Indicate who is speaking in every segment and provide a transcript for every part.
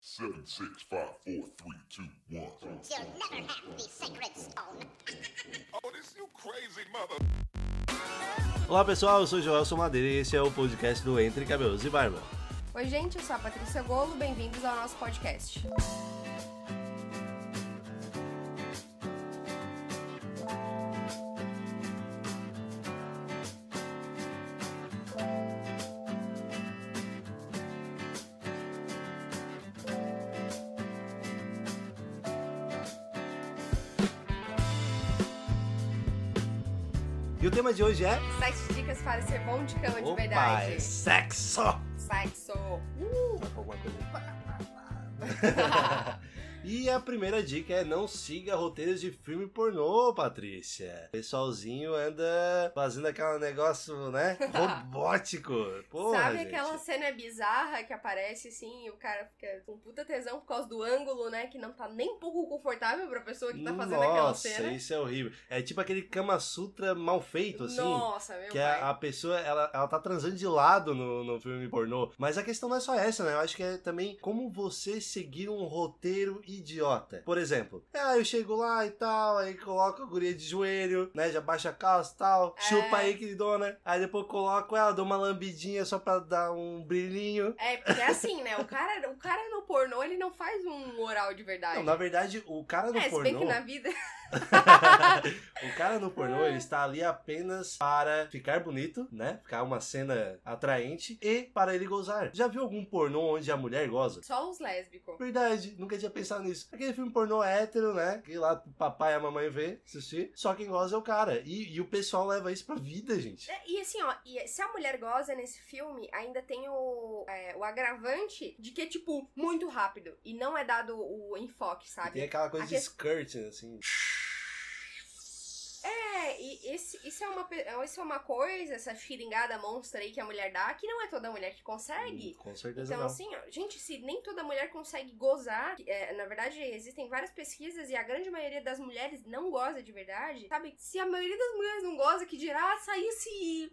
Speaker 1: Seven, six, five, four, three, two, one.
Speaker 2: You'll never have the sacred stone.
Speaker 1: Oh, this you crazy mother.
Speaker 3: Olá pessoal, eu sou o Joelson Madeira e esse é o podcast do Entre Cabelos e Barba.
Speaker 4: Oi, gente, eu sou a Patrícia Golo, bem-vindos ao nosso podcast.
Speaker 3: E o tema de hoje é.
Speaker 4: Sete dicas para ser bom de cama de
Speaker 3: Opa,
Speaker 4: verdade.
Speaker 3: é sexo!
Speaker 4: Sexo.
Speaker 3: Alguma coisa. E a primeira dica é não siga roteiros de filme pornô, Patrícia. O pessoalzinho anda fazendo aquele negócio, né? Robótico. Porra,
Speaker 4: Sabe
Speaker 3: gente.
Speaker 4: aquela cena bizarra que aparece assim e o cara fica com puta tesão por causa do ângulo, né? Que não tá nem um pouco confortável pra pessoa que tá fazendo aquela
Speaker 3: Nossa,
Speaker 4: cena.
Speaker 3: isso é horrível. É tipo aquele Kama Sutra mal feito, assim.
Speaker 4: Nossa, meu
Speaker 3: Que
Speaker 4: pai.
Speaker 3: a, a pessoa, ela, ela tá transando de lado no, no filme pornô. Mas a questão não é só essa, né? Eu acho que é também como você seguir um roteiro idiota. Por exemplo, ah, eu chego lá e tal, aí coloco a guria de joelho, né? Já baixa a calça e tal,
Speaker 4: É.
Speaker 3: chupa aí, queridona. Aí depois coloco ela, dou uma lambidinha só pra dar um brilhinho.
Speaker 4: É, porque é assim, né? O cara, o cara no pornô, ele não faz um oral de verdade.
Speaker 3: Não, na verdade, o cara do
Speaker 4: é, se
Speaker 3: pornô...
Speaker 4: bem que na vida.
Speaker 3: o cara no pornô, ele está ali apenas para ficar bonito, né? Ficar uma cena atraente e para ele gozar. Já viu algum pornô onde a mulher goza?
Speaker 4: Só os lésbicos.
Speaker 3: Verdade, nunca tinha pensado nisso. Aquele filme pornô hétero, né? Que lá o papai e a mamãe vê, assistir. Só quem goza é o cara. E, e o pessoal leva isso pra vida, gente.
Speaker 4: É, E assim, ó, e se a mulher goza nesse filme, ainda tem o, é, o agravante de que é, tipo, muito rápido. E não é dado o enfoque,
Speaker 3: E tem
Speaker 4: sabe?
Speaker 3: aquela coisa
Speaker 4: A
Speaker 3: de
Speaker 4: que-
Speaker 3: skirt, né, assim.
Speaker 4: É, e esse, isso, é uma, pe- é, isso é uma coisa, essa xiringada monstra aí que a mulher dá, que não é toda mulher que consegue.
Speaker 3: Hum, Com certeza
Speaker 4: Então,
Speaker 3: não.
Speaker 4: assim, ó, gente, se nem toda mulher consegue gozar, que, é, na verdade, existem várias pesquisas e a grande maioria das mulheres não goza de verdade, sabe? Se a maioria das mulheres não goza, que dirá, "Ah, saiu esse,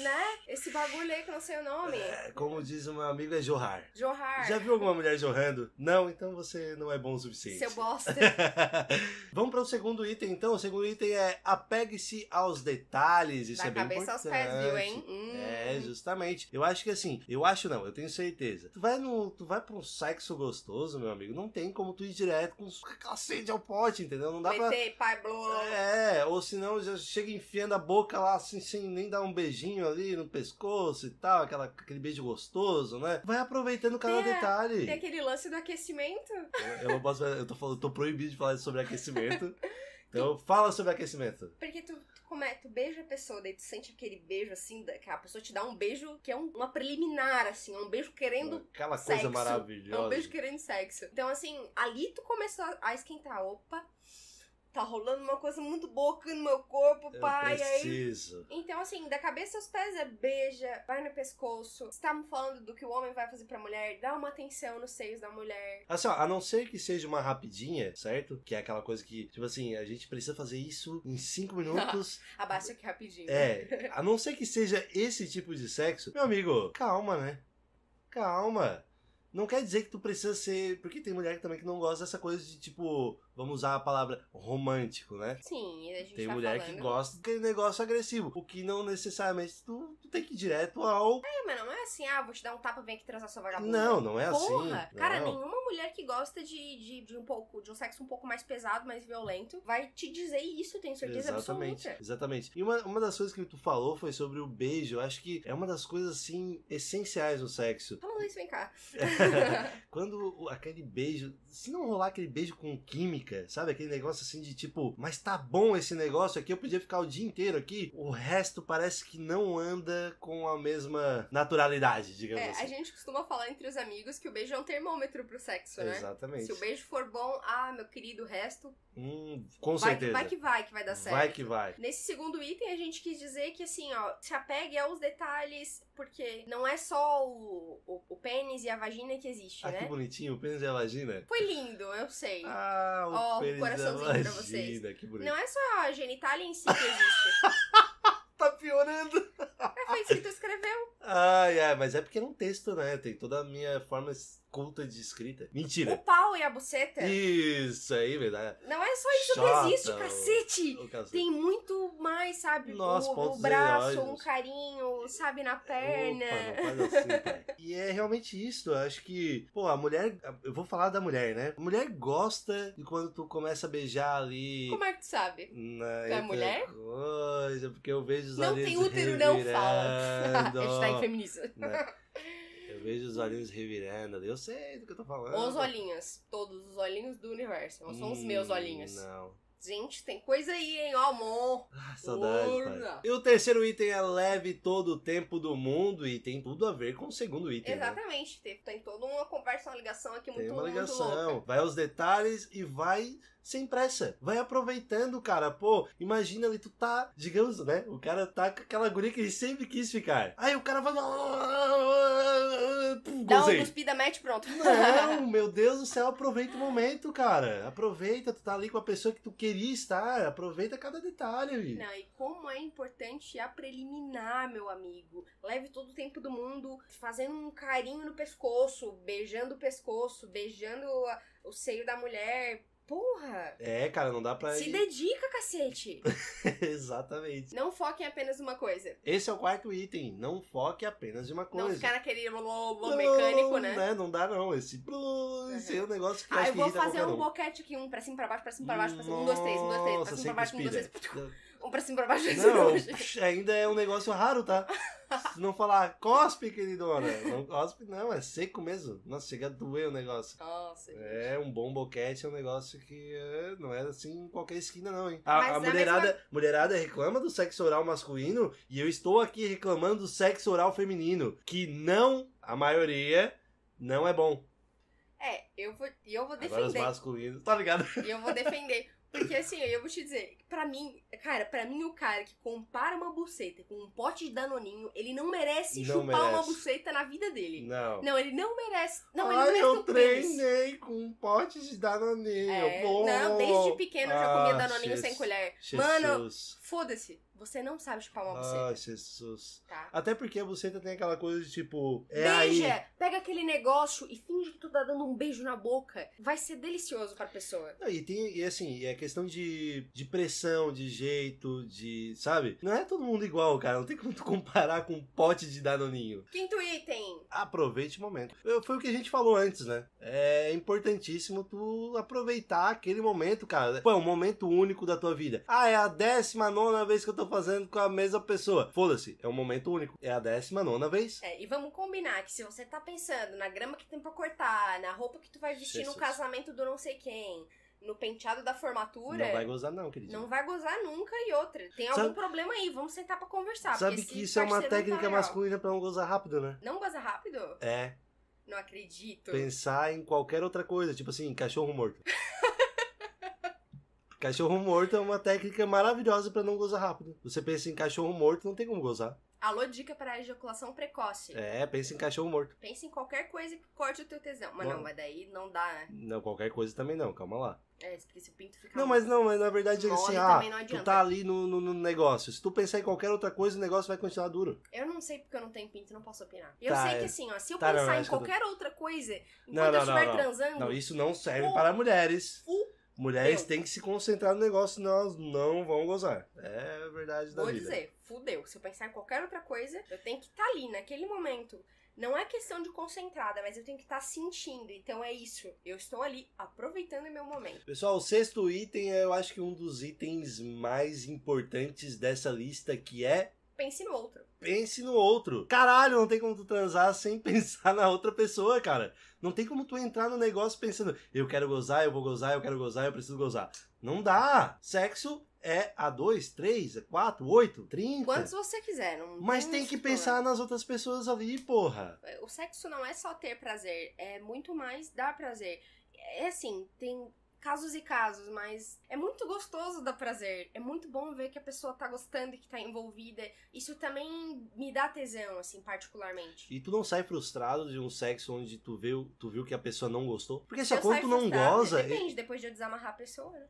Speaker 4: né? Esse bagulho aí que eu não sei o nome.
Speaker 3: É, como diz uma amiga, é jorrar.
Speaker 4: né? Johar.
Speaker 3: Já viu alguma mulher jorrando? Não, então você não é bom o suficiente.
Speaker 4: Seu bosta.
Speaker 3: Vamos para o segundo item, então. O segundo item é apegue-se aos detalhes. Isso
Speaker 4: da
Speaker 3: é bem
Speaker 4: cabeça aos
Speaker 3: importante.
Speaker 4: pés, viu, hein? Hum.
Speaker 3: É, justamente. Eu acho que assim, eu acho não, eu tenho certeza. Tu vai no, tu vai pra um sexo gostoso, meu amigo, não tem como tu ir direto com aquela sede ao pote, entendeu? Não dá pra...
Speaker 4: Metei, pai, blá, blá, blá.
Speaker 3: É, ou senão já chega enfiando a boca lá assim, sem nem dar um beijinho ali no pescoço e tal, aquela, aquele beijo gostoso, né? Vai aproveitando cada
Speaker 4: Tem a-
Speaker 3: detalhe.
Speaker 4: Tem aquele lance do aquecimento.
Speaker 3: Eu- Eu não posso, eu tô falando, eu tô proibido de falar sobre aquecimento. Então fala sobre aquecimento.
Speaker 4: Porque tu, tu, come- tu beija a pessoa, daí tu sente aquele beijo assim, da- que a pessoa te dá um beijo que é um- uma preliminar, assim, é um beijo querendo
Speaker 3: Aquela coisa
Speaker 4: sexo.
Speaker 3: maravilhosa.
Speaker 4: É um beijo querendo sexo. Então, assim, ali tu começou a- a esquentar. Opa, tá rolando uma coisa muito boa aqui no meu corpo,
Speaker 3: Eu
Speaker 4: pai. Aí.
Speaker 3: preciso.
Speaker 4: Então, assim, da cabeça aos pés é beija, vai no pescoço. Estamos falando do que o homem vai fazer pra mulher, dá uma atenção nos seios da mulher.
Speaker 3: Assim, ó, a não ser que seja uma rapidinha, certo? Que é aquela coisa que, tipo assim, a gente precisa fazer isso em cinco minutos.
Speaker 4: Abaixa aqui rapidinho.
Speaker 3: é, a não ser que seja esse tipo de sexo, meu amigo, calma, né? Calma. Não quer dizer que tu precisa ser. Porque tem mulher também que não gosta dessa coisa de, tipo, vamos usar a palavra romântico, né?
Speaker 4: Sim, e a gente
Speaker 3: Tem
Speaker 4: tá
Speaker 3: mulher
Speaker 4: falando.
Speaker 3: que gosta daquele negócio agressivo. O que não necessariamente tu, tu tem que ir direto ao.
Speaker 4: É, mas não é assim, ah, vou te dar um tapa, vem aqui transar sua vagabunda.
Speaker 3: Não, não é
Speaker 4: Porra,
Speaker 3: assim.
Speaker 4: cara,
Speaker 3: não.
Speaker 4: nenhuma mulher que gosta de, de, de um pouco de um sexo um pouco mais pesado, mais violento, vai te dizer isso, tenho certeza
Speaker 3: Exatamente,
Speaker 4: absoluta.
Speaker 3: exatamente. E uma, uma das coisas que tu falou foi sobre o beijo. Eu acho que é uma das coisas, assim, essenciais no sexo.
Speaker 4: Tá Falando isso, vem cá.
Speaker 3: Quando o- aquele beijo. Se não rolar aquele beijo com química, sabe? Aquele negócio assim de tipo, mas tá bom esse negócio aqui, eu podia ficar o dia inteiro aqui. O resto parece que não anda com a mesma naturalidade, digamos
Speaker 4: É,
Speaker 3: assim.
Speaker 4: a gente costuma falar entre os amigos que o beijo é um termômetro pro sexo, né?
Speaker 3: Exatamente.
Speaker 4: Se o beijo for bom, ah, meu querido, o resto
Speaker 3: Hum, com
Speaker 4: vai, que
Speaker 3: certeza.
Speaker 4: vai que vai, que vai dar certo.
Speaker 3: Vai que vai.
Speaker 4: Nesse segundo item, a gente quis dizer que, assim, ó, se apegue aos detalhes, porque não é só o, o, o pênis e a vagina que existe,
Speaker 3: Ah,
Speaker 4: né?
Speaker 3: que bonitinho, o pênis e a vagina.
Speaker 4: Foi lindo, eu sei.
Speaker 3: Ah, o
Speaker 4: Ó, o
Speaker 3: pênis e a
Speaker 4: coraçãozinho pra
Speaker 3: vagina,
Speaker 4: vocês.
Speaker 3: que bonito.
Speaker 4: não é só a genitália em si que existe.
Speaker 3: Tá piorando.
Speaker 4: é, foi isso que tu escreveu.
Speaker 3: é Ai, ai, mas é porque era um texto, né? Tem toda a minha forma es- culta de escrita.
Speaker 4: O
Speaker 3: Mentira.
Speaker 4: pau e a buceta.
Speaker 3: Isso aí, verdade.
Speaker 4: Não é só isso
Speaker 3: Chata,
Speaker 4: que existe,
Speaker 3: o-
Speaker 4: cacete!
Speaker 3: Ô, cacete.
Speaker 4: Tem muito mais, sabe?
Speaker 3: Nossa,
Speaker 4: o, o
Speaker 3: pontos
Speaker 4: braço,
Speaker 3: erógenos.
Speaker 4: um carinho, sabe, na perna.
Speaker 3: Opa, não faz assim, pai. E é realmente isso. Eu acho que, pô, a mulher. Eu vou falar da mulher, né? A mulher gosta de quando tu começa a beijar ali.
Speaker 4: Como é que tu sabe?
Speaker 3: Na
Speaker 4: Tu é mulher?
Speaker 3: Coisa, porque eu vejo os
Speaker 4: Não
Speaker 3: olhinhos.
Speaker 4: tem útero, não fala. tá
Speaker 3: revirando,
Speaker 4: Hashtag feminismo.
Speaker 3: né? Eu vejo os olhinhos revirando ali. Eu sei do que eu tô falando.
Speaker 4: Os olhinhos. Todos os olhinhos do universo. Não são os meus
Speaker 3: Hum,
Speaker 4: olhinhos.
Speaker 3: Não.
Speaker 4: Gente, tem coisa aí, hein? Ó, amor.
Speaker 3: Ah, saudade,
Speaker 4: Urna.
Speaker 3: pai. E o terceiro item é leve todo o tempo do mundo e tem tudo a ver com o segundo item. né?
Speaker 4: Exatamente. Tem, tem toda uma conversa, uma ligação aqui
Speaker 3: Tem
Speaker 4: muito,
Speaker 3: uma
Speaker 4: muito
Speaker 3: ligação.
Speaker 4: louca.
Speaker 3: Vai aos detalhes e vai sem pressa. Vai aproveitando, cara. Pô, imagina ali, tu tá, digamos, né? O cara tá com aquela guria que ele sempre quis ficar. Aí o cara vai. Pum,
Speaker 4: Dá um uma
Speaker 3: Gozei.
Speaker 4: cuspida, mete, pronto.
Speaker 3: Não, meu Deus do céu, aproveita o momento, cara. Aproveita, tu tá ali com a pessoa que tu queria estar. Aproveita cada detalhe.
Speaker 4: Não, e como é importante a preliminar, meu amigo. Leve todo o tempo do mundo fazendo um carinho no pescoço, beijando o pescoço, beijando a- o seio da mulher. Porra!
Speaker 3: É, cara, não dá pra
Speaker 4: Se
Speaker 3: ir.
Speaker 4: dedica, cacete!
Speaker 3: Exatamente.
Speaker 4: Não foque em apenas uma coisa.
Speaker 3: Esse é o quarto item. Não foque apenas em uma coisa.
Speaker 4: Não ficar naquele lobo mecânico, né?
Speaker 3: Não dá não, esse blum, esse é um negócio que
Speaker 4: Ah,
Speaker 3: acho
Speaker 4: eu
Speaker 3: que
Speaker 4: vou
Speaker 3: irrita
Speaker 4: fazer
Speaker 3: qualquer
Speaker 4: um boquete aqui, um pra cima, pra baixo, pra cima, pra baixo, pra cima, um, dois,
Speaker 3: Nossa,
Speaker 4: três, um, dois, três, pra
Speaker 3: sem
Speaker 4: cima, pra baixo, um, dois, três,
Speaker 3: cuspida.
Speaker 4: um pra cima, pra baixo, um,
Speaker 3: Não,
Speaker 4: dois, três.
Speaker 3: psh, ainda é um negócio raro, tá? Se não falar cospe, queridona, não cospe não, é seco mesmo. Nossa, chega a doer o negócio.
Speaker 4: Nossa,
Speaker 3: É, um bom boquete é um negócio que é, não é assim em qualquer esquina, não, hein? A, a
Speaker 4: Mas é na
Speaker 3: mulherada, mulherada reclama do sexo oral masculino e eu estou aqui reclamando do sexo oral feminino, que não, a maioria, não é bom.
Speaker 4: É, eu vou, e eu vou
Speaker 3: Agora os
Speaker 4: defender.
Speaker 3: masculinos, tá ligado?
Speaker 4: E eu vou defender. Porque assim, eu vou te dizer, pra mim, cara, pra mim o cara que compara uma buceta com um pote de danoninho, ele não merece
Speaker 3: Não
Speaker 4: chupar uma
Speaker 3: merece.
Speaker 4: buceta na vida dele.
Speaker 3: Não.
Speaker 4: Não, ele não merece. Não, ele não
Speaker 3: Ai,
Speaker 4: merece
Speaker 3: eu
Speaker 4: um pênis.
Speaker 3: treinei com um pote de danoninho.
Speaker 4: É,
Speaker 3: Pô.
Speaker 4: não, desde pequeno eu já comia
Speaker 3: Ah,
Speaker 4: danoninho
Speaker 3: Jesus.
Speaker 4: sem colher. Mano,
Speaker 3: Jesus.
Speaker 4: Foda-se, você não sabe chupar uma buceta,
Speaker 3: Ah, Jesus.
Speaker 4: tá?
Speaker 3: Até porque a buceta tem aquela coisa de tipo. É
Speaker 4: Beija,
Speaker 3: aí.
Speaker 4: pega aquele negócio e finge que tu tá dando um beijo na boca. Vai ser delicioso pra pessoa.
Speaker 3: Não, e tem, e assim, e é questão de, de pressão, de jeito, de. Sabe? Não é todo mundo igual, cara. Não tem como tu comparar com um pote de danoninho.
Speaker 4: Quinto item.
Speaker 3: aproveite o momento. Eu- Foi o que a gente falou antes, né? É importantíssimo tu aproveitar aquele momento, cara. Pô, é um momento único da tua vida. Ah, é a décima nona vez que eu tô fazendo com a mesma pessoa. Foda-se, é um momento único. É a décima nona vez.
Speaker 4: É, e vamos combinar que se você tá pensando na grama que tem pra cortar, na roupa que tu vai vestir
Speaker 3: Jesus.
Speaker 4: no casamento do não sei quem, no penteado da formatura,
Speaker 3: Não vai gozar não, querido.
Speaker 4: não vai gozar nunca e outra. Tem algum
Speaker 3: Sabe-
Speaker 4: problema aí, vamos sentar pra conversar.
Speaker 3: Sabe
Speaker 4: porque
Speaker 3: que
Speaker 4: esse
Speaker 3: isso é uma
Speaker 4: parceiro não tá
Speaker 3: técnica
Speaker 4: legal.
Speaker 3: masculina pra não gozar rápido, né?
Speaker 4: Não goza rápido?
Speaker 3: É,
Speaker 4: Não acredito.
Speaker 3: pensar em qualquer outra coisa, tipo assim, cachorro morto. cachorro morto é uma técnica maravilhosa pra não gozar rápido. Você pensa em cachorro morto, não tem como gozar.
Speaker 4: Alô, dica para ejaculação precoce.
Speaker 3: É, pensa em cachorro morto.
Speaker 4: Pensa em qualquer coisa que corte o teu tesão. Mas
Speaker 3: Bom.
Speaker 4: não, mas daí não dá, né?
Speaker 3: Não, qualquer coisa também não, calma lá.
Speaker 4: É, porque se o pinto ficar.
Speaker 3: Não, mas não, mas na verdade é
Speaker 4: Mole
Speaker 3: assim,
Speaker 4: também não
Speaker 3: ah, tu
Speaker 4: adianta.
Speaker 3: tá ali no, no, no negócio. Se tu pensar em qualquer outra coisa, o negócio vai continuar duro.
Speaker 4: Eu não sei porque eu não tenho pinto, não posso opinar. Eu
Speaker 3: Tá,
Speaker 4: sei
Speaker 3: é.
Speaker 4: que assim, ó, se eu
Speaker 3: Tá, não,
Speaker 4: pensar
Speaker 3: não,
Speaker 4: em
Speaker 3: acho que eu tô-
Speaker 4: qualquer outra coisa, enquanto
Speaker 3: Não, não,
Speaker 4: eu
Speaker 3: não,
Speaker 4: estiver
Speaker 3: não.
Speaker 4: transando,
Speaker 3: Não, isso não serve
Speaker 4: Fu-
Speaker 3: para mulheres.
Speaker 4: Fu-
Speaker 3: Mulheres
Speaker 4: Meu.
Speaker 3: têm que se concentrar no negócio, senão elas não vão gozar. É a verdade da
Speaker 4: vou
Speaker 3: vida.
Speaker 4: dizer, fudeu. Se eu pensar em qualquer outra coisa, eu tenho que estar ali naquele momento. Não é questão de concentrada, mas eu tenho que estar sentindo. Então é isso. Eu estou ali aproveitando o meu momento.
Speaker 3: Pessoal, o sexto item é, eu acho que um dos itens mais importantes dessa lista, que é
Speaker 4: Pense no outro.
Speaker 3: pense no outro. Caralho, não tem como tu transar sem pensar na outra pessoa, cara. Não tem como tu entrar no negócio pensando, eu quero gozar, eu vou gozar, eu quero gozar, eu preciso gozar. Não dá. Sexo é a é 2, 3, 4, 8, 30.
Speaker 4: Quantos você quiser. Não
Speaker 3: Mas tem
Speaker 4: esse
Speaker 3: que
Speaker 4: problema.
Speaker 3: pensar nas outras pessoas ali, porra.
Speaker 4: O sexo não é só ter prazer, é muito mais dar prazer. É assim, tem casos e casos, mas é muito gostoso dar prazer. É muito bom ver que a pessoa tá gostando e que tá envolvida. Isso também me dá tesão, assim, particularmente.
Speaker 3: E tu não sai frustrado de um sexo onde tu viu, tu viu que a pessoa não gostou? Porque só
Speaker 4: Eu
Speaker 3: quando
Speaker 4: saio
Speaker 3: tu não
Speaker 4: frustrada,
Speaker 3: goza,
Speaker 4: Depende, depois de eu desamarrar a pessoa, né?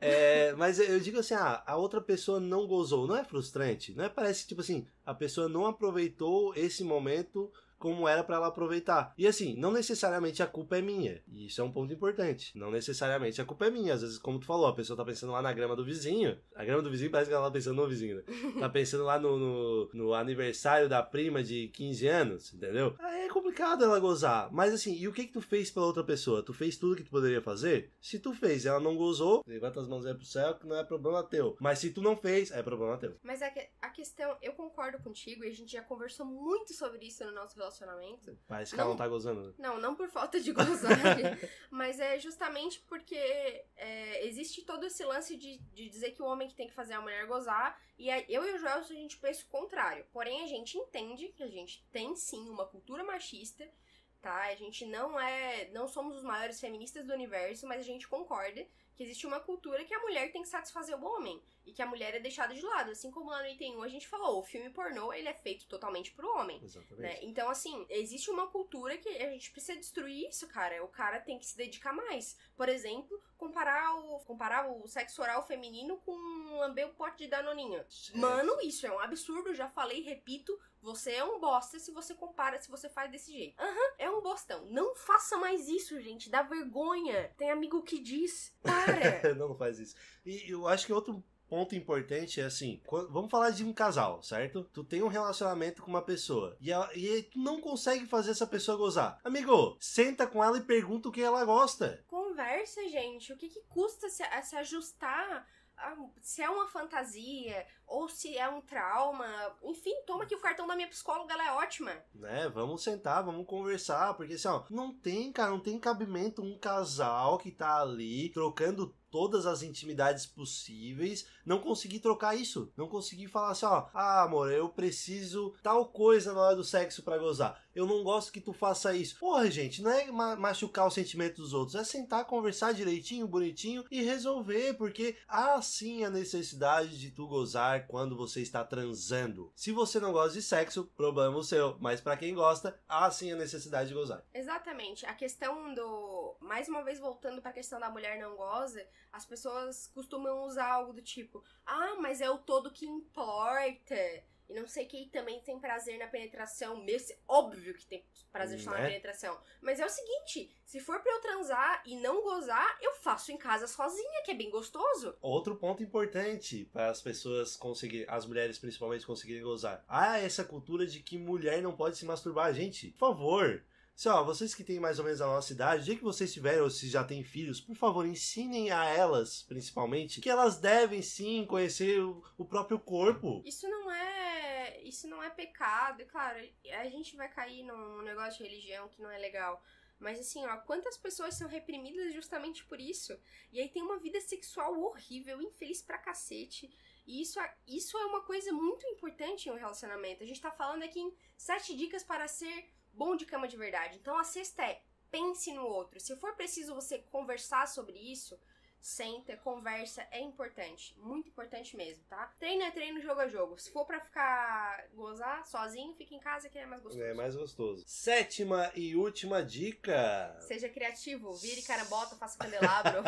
Speaker 3: É, mas eu digo assim, ah, a outra pessoa não gozou, não é frustrante? Não é parece que, tipo assim, a pessoa não aproveitou esse momento como era pra ela aproveitar. E assim, não necessariamente a culpa é minha. E isso é um ponto importante. Não necessariamente a culpa é minha. Às vezes, como tu falou, a pessoa tá pensando lá na grama do vizinho. A grama do vizinho parece que ela tá pensando no vizinho, né? Tá pensando lá no, no, no aniversário da prima de 15 anos, entendeu? Aí é complicado ela gozar. Mas assim, e o que que tu fez pela outra pessoa? Tu fez tudo que tu poderia fazer? Se tu fez e ela não gozou, levanta as mãos aí pro céu que não é problema teu. Mas se tu não fez, é problema teu.
Speaker 4: Mas a, que- a questão, eu concordo contigo e a gente já conversou muito sobre isso no nosso relacionamento.
Speaker 3: Mas que ela não
Speaker 4: Não.
Speaker 3: tá gozando, né?
Speaker 4: Não, não por falta de gozar, mas é justamente porque é, existe todo esse lance de, de dizer que o homem que tem que fazer a mulher gozar. E aí, eu e o Joelson, a gente pensa o contrário. Porém, a gente entende que a gente tem sim uma cultura machista, tá? A gente não é. Não somos os maiores feministas do universo, mas a gente concorda que existe uma cultura que a mulher tem que satisfazer o homem e que a mulher é deixada de lado. Assim como lá no item 1 a gente falou, o filme pornô ele é feito totalmente pro homem.
Speaker 3: Exatamente.
Speaker 4: né? Então, assim, existe uma cultura que a gente precisa destruir isso, cara. O cara tem que se dedicar mais. Por exemplo, comparar o, comparar o sexo oral feminino com lamber o pote de danoninho.
Speaker 3: Certo.
Speaker 4: Mano, isso é um absurdo, já falei, repito. Você é um bosta se você compara, se você faz desse jeito. Aham, é um bostão. Não faça mais isso, gente. Dá vergonha. Tem amigo que diz. Para.
Speaker 3: É, não, não faz isso. E eu acho que outro ponto importante é assim, quan- vamos falar de um casal, certo? Tu tem um relacionamento com uma pessoa e, ela- e aí tu não consegue fazer essa pessoa gozar. Amigo, senta com ela e pergunta o que ela gosta.
Speaker 4: Conversa, gente. O que, que custa se, a- se ajustar? a- se é uma fantasia ou se é um trauma. Enfim, toma aqui o cartão da minha psicóloga, ela é ótima.
Speaker 3: né? Vamos sentar, vamos conversar, porque assim, ó, não tem, cara, não tem cabimento um casal que tá ali trocando todas as intimidades possíveis, não conseguir trocar isso, não conseguir falar assim, ó, ah, amor, eu preciso tal coisa na hora do sexo pra gozar. Eu não gosto que tu faça isso. Porra, gente, não é ma- machucar o sentimento dos outros, é sentar, conversar direitinho, bonitinho e resolver, porque há sim a necessidade de tu gozar quando você está transando. Se você não gosta de sexo, problema o seu, mas pra quem gosta, há sim a necessidade de gozar.
Speaker 4: Exatamente. A questão do. Mais uma vez voltando pra questão da mulher não goza, as pessoas costumam usar algo do tipo: ah, mas é o todo que importa. E não sei quem também tem prazer na penetração. Mesmo, óbvio que tem prazer só na
Speaker 3: Né?
Speaker 4: penetração. Mas é o seguinte: se for pra eu transar e não gozar, eu faço em casa sozinha, que é bem gostoso.
Speaker 3: Outro ponto importante para as pessoas conseguirem, as mulheres principalmente conseguirem gozar. Há essa cultura de que mulher não pode se masturbar. Gente, por favor. Se, ó, vocês que têm mais ou menos a nossa idade, o dia que vocês tiverem ou se já têm filhos, por favor, ensinem a elas, principalmente, que elas devem sim conhecer o, o próprio corpo.
Speaker 4: Isso não é. Isso não é pecado. E claro, a gente vai cair num negócio de religião que não é legal. Mas assim, ó, quantas pessoas são reprimidas justamente por isso? E aí tem uma vida sexual horrível, infeliz pra cacete. E isso, é- isso é uma coisa muito importante em um relacionamento. A gente tá falando aqui em sete dicas para ser bom de cama de verdade. Então a sexta é, pense no outro. Se for preciso você conversar sobre isso, senta, conversa, é importante. Muito importante mesmo, tá? Treino é treino, jogo é jogo. Se for pra ficar gozar sozinho, fica em casa que é mais gostoso.
Speaker 3: É mais gostoso. Sétima e última dica.
Speaker 4: Seja criativo, vire carambota, faça candelabro.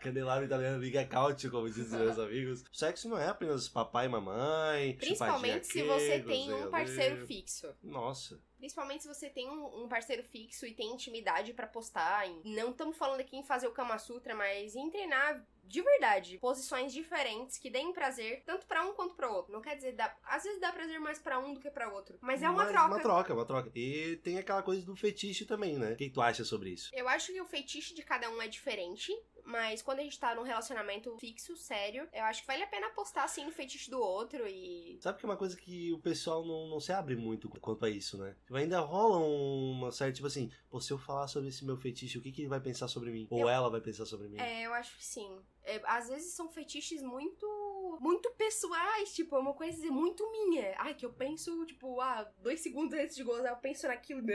Speaker 3: Candelabro italiano, liga caute, como dizem meus amigos. Sexo não é apenas papai e mamãe.
Speaker 4: Principalmente se
Speaker 3: chupadinha
Speaker 4: você
Speaker 3: aqui,
Speaker 4: tem
Speaker 3: gozei
Speaker 4: um
Speaker 3: ali.
Speaker 4: parceiro fixo.
Speaker 3: né? Nossa.
Speaker 4: Principalmente se você tem um, um parceiro fixo e tem intimidade pra postar. em- Não estamos falando aqui em fazer o Kama Sutra, mas em treinar de verdade posições diferentes que deem prazer tanto pra um quanto pra outro. Não quer dizer, dá, às vezes dá prazer mais pra um do que pra outro. Mas é uma troca.
Speaker 3: Uma troca, uma troca. E tem aquela coisa do fetiche também, né? O que tu acha sobre isso?
Speaker 4: Eu acho que o feitiço de cada um é diferente, mas quando a gente tá num relacionamento fixo, sério, eu acho que vale a pena apostar assim no feitiço do outro e
Speaker 3: Sabe que é uma coisa que o pessoal não, não se abre muito quanto a isso, né? Tipo, ainda rola uma certa, tipo assim, pô, se eu falar sobre esse meu fetiche, o que, que ele vai pensar sobre mim? Ou
Speaker 4: Eu-
Speaker 3: ela vai pensar sobre mim?
Speaker 4: É, eu acho que sim. É, às vezes são fetiches muito. muito pessoais, tipo, é uma coisa muito minha. Ai, que eu penso, tipo, ah, dois segundos antes de gozar, eu penso naquilo.
Speaker 3: Né?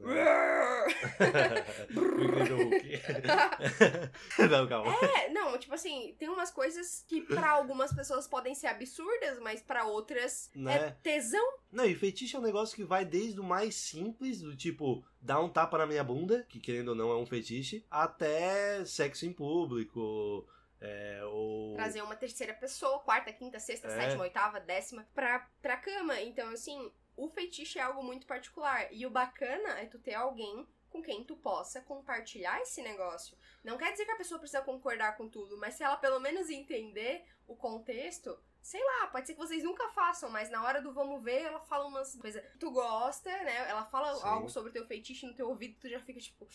Speaker 3: O incrível Hulk. não, calma.
Speaker 4: É, não, tipo assim, tem umas coisas que pra algumas pessoas podem ser absurdas, mas pra outras é
Speaker 3: Né?
Speaker 4: tesão.
Speaker 3: Não, e fetiche é um negócio que vai desde o mais simples, do tipo, dar um tapa na minha bunda, que querendo ou não é um fetiche, até sexo em público, é, ou...
Speaker 4: Trazer uma terceira pessoa, quarta, quinta, sexta,
Speaker 3: É.
Speaker 4: sétima, oitava, décima, pra, pra cama. Então, assim, o fetiche é algo muito particular. E o bacana é tu ter alguém com quem tu possa compartilhar esse negócio. Não quer dizer que a pessoa precisa concordar com tudo, mas se ela pelo menos entender o contexto, sei lá, pode ser que vocês nunca façam, mas na hora do vamos ver, ela fala umas coisas que tu gosta, né? Ela fala
Speaker 3: Sim.
Speaker 4: algo sobre o teu feitiço no teu ouvido, tu já fica tipo,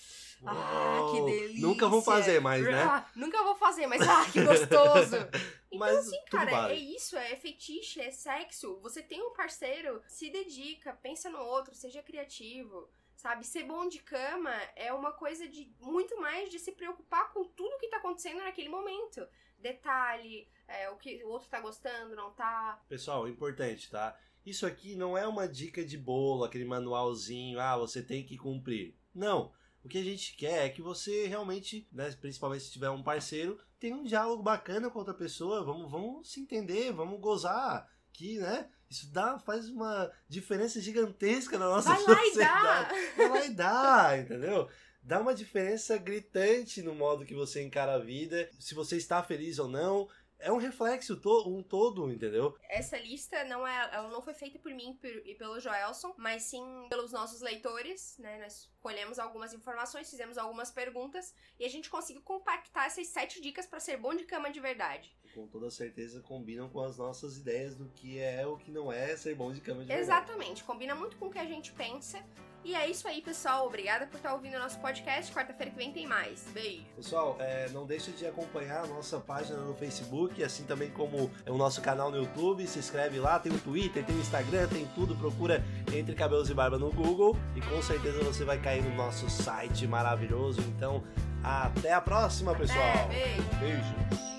Speaker 4: ah,
Speaker 3: Uau,
Speaker 4: que delícia.
Speaker 3: Nunca vou fazer mais, né?
Speaker 4: Ah, nunca vou fazer, mas ah, que gostoso. Então,
Speaker 3: Mas
Speaker 4: assim,
Speaker 3: tudo
Speaker 4: cara,
Speaker 3: vale.
Speaker 4: é isso, é fetiche, é sexo. Você tem um parceiro, se dedica, pensa no outro, seja criativo. Sabe, ser bom de cama é uma coisa de muito mais de se preocupar com tudo que tá acontecendo naquele momento. Detalhe, é, o que o outro tá gostando, não tá.
Speaker 3: Pessoal, importante, tá? Isso aqui não é uma dica de bolo, aquele manualzinho, ah, você tem que cumprir. Não. O que a gente quer é que você realmente, né, principalmente se tiver um parceiro, tenha um diálogo bacana com outra pessoa, vamos, vamos se entender, vamos gozar, que, né? Isso dá, faz uma diferença gigantesca na nossa é
Speaker 4: Vai lá e
Speaker 3: sociedade.
Speaker 4: dá!
Speaker 3: Não vai dar, entendeu? Dá uma diferença gritante no modo que você encara a vida, se você está feliz ou não. É um reflexo, to- um todo, entendeu?
Speaker 4: Essa lista não é, ela não foi feita por mim por- e pelo Joelson, mas sim pelos nossos leitores, né? Nós colhemos algumas informações, fizemos algumas perguntas e a gente conseguiu compactar essas sete dicas pra ser bom de cama de verdade.
Speaker 3: Com toda certeza combinam com as nossas ideias do que é o que não é ser bom de cama de verdade.
Speaker 4: Exatamente, combina muito com o que a gente pensa. E é isso aí, pessoal. Obrigada por estar ouvindo o nosso podcast. Quarta-feira que vem tem mais. Beijo.
Speaker 3: Pessoal, é, não deixe de acompanhar a nossa página no Facebook, assim também como o nosso canal no YouTube. Se inscreve lá, tem o Twitter, tem o Instagram, tem tudo. Procura Entre Cabelos e Barba no Google e com certeza você vai cair no nosso site maravilhoso. Então, até a próxima, pessoal.
Speaker 4: É, beijo.
Speaker 3: Beijos.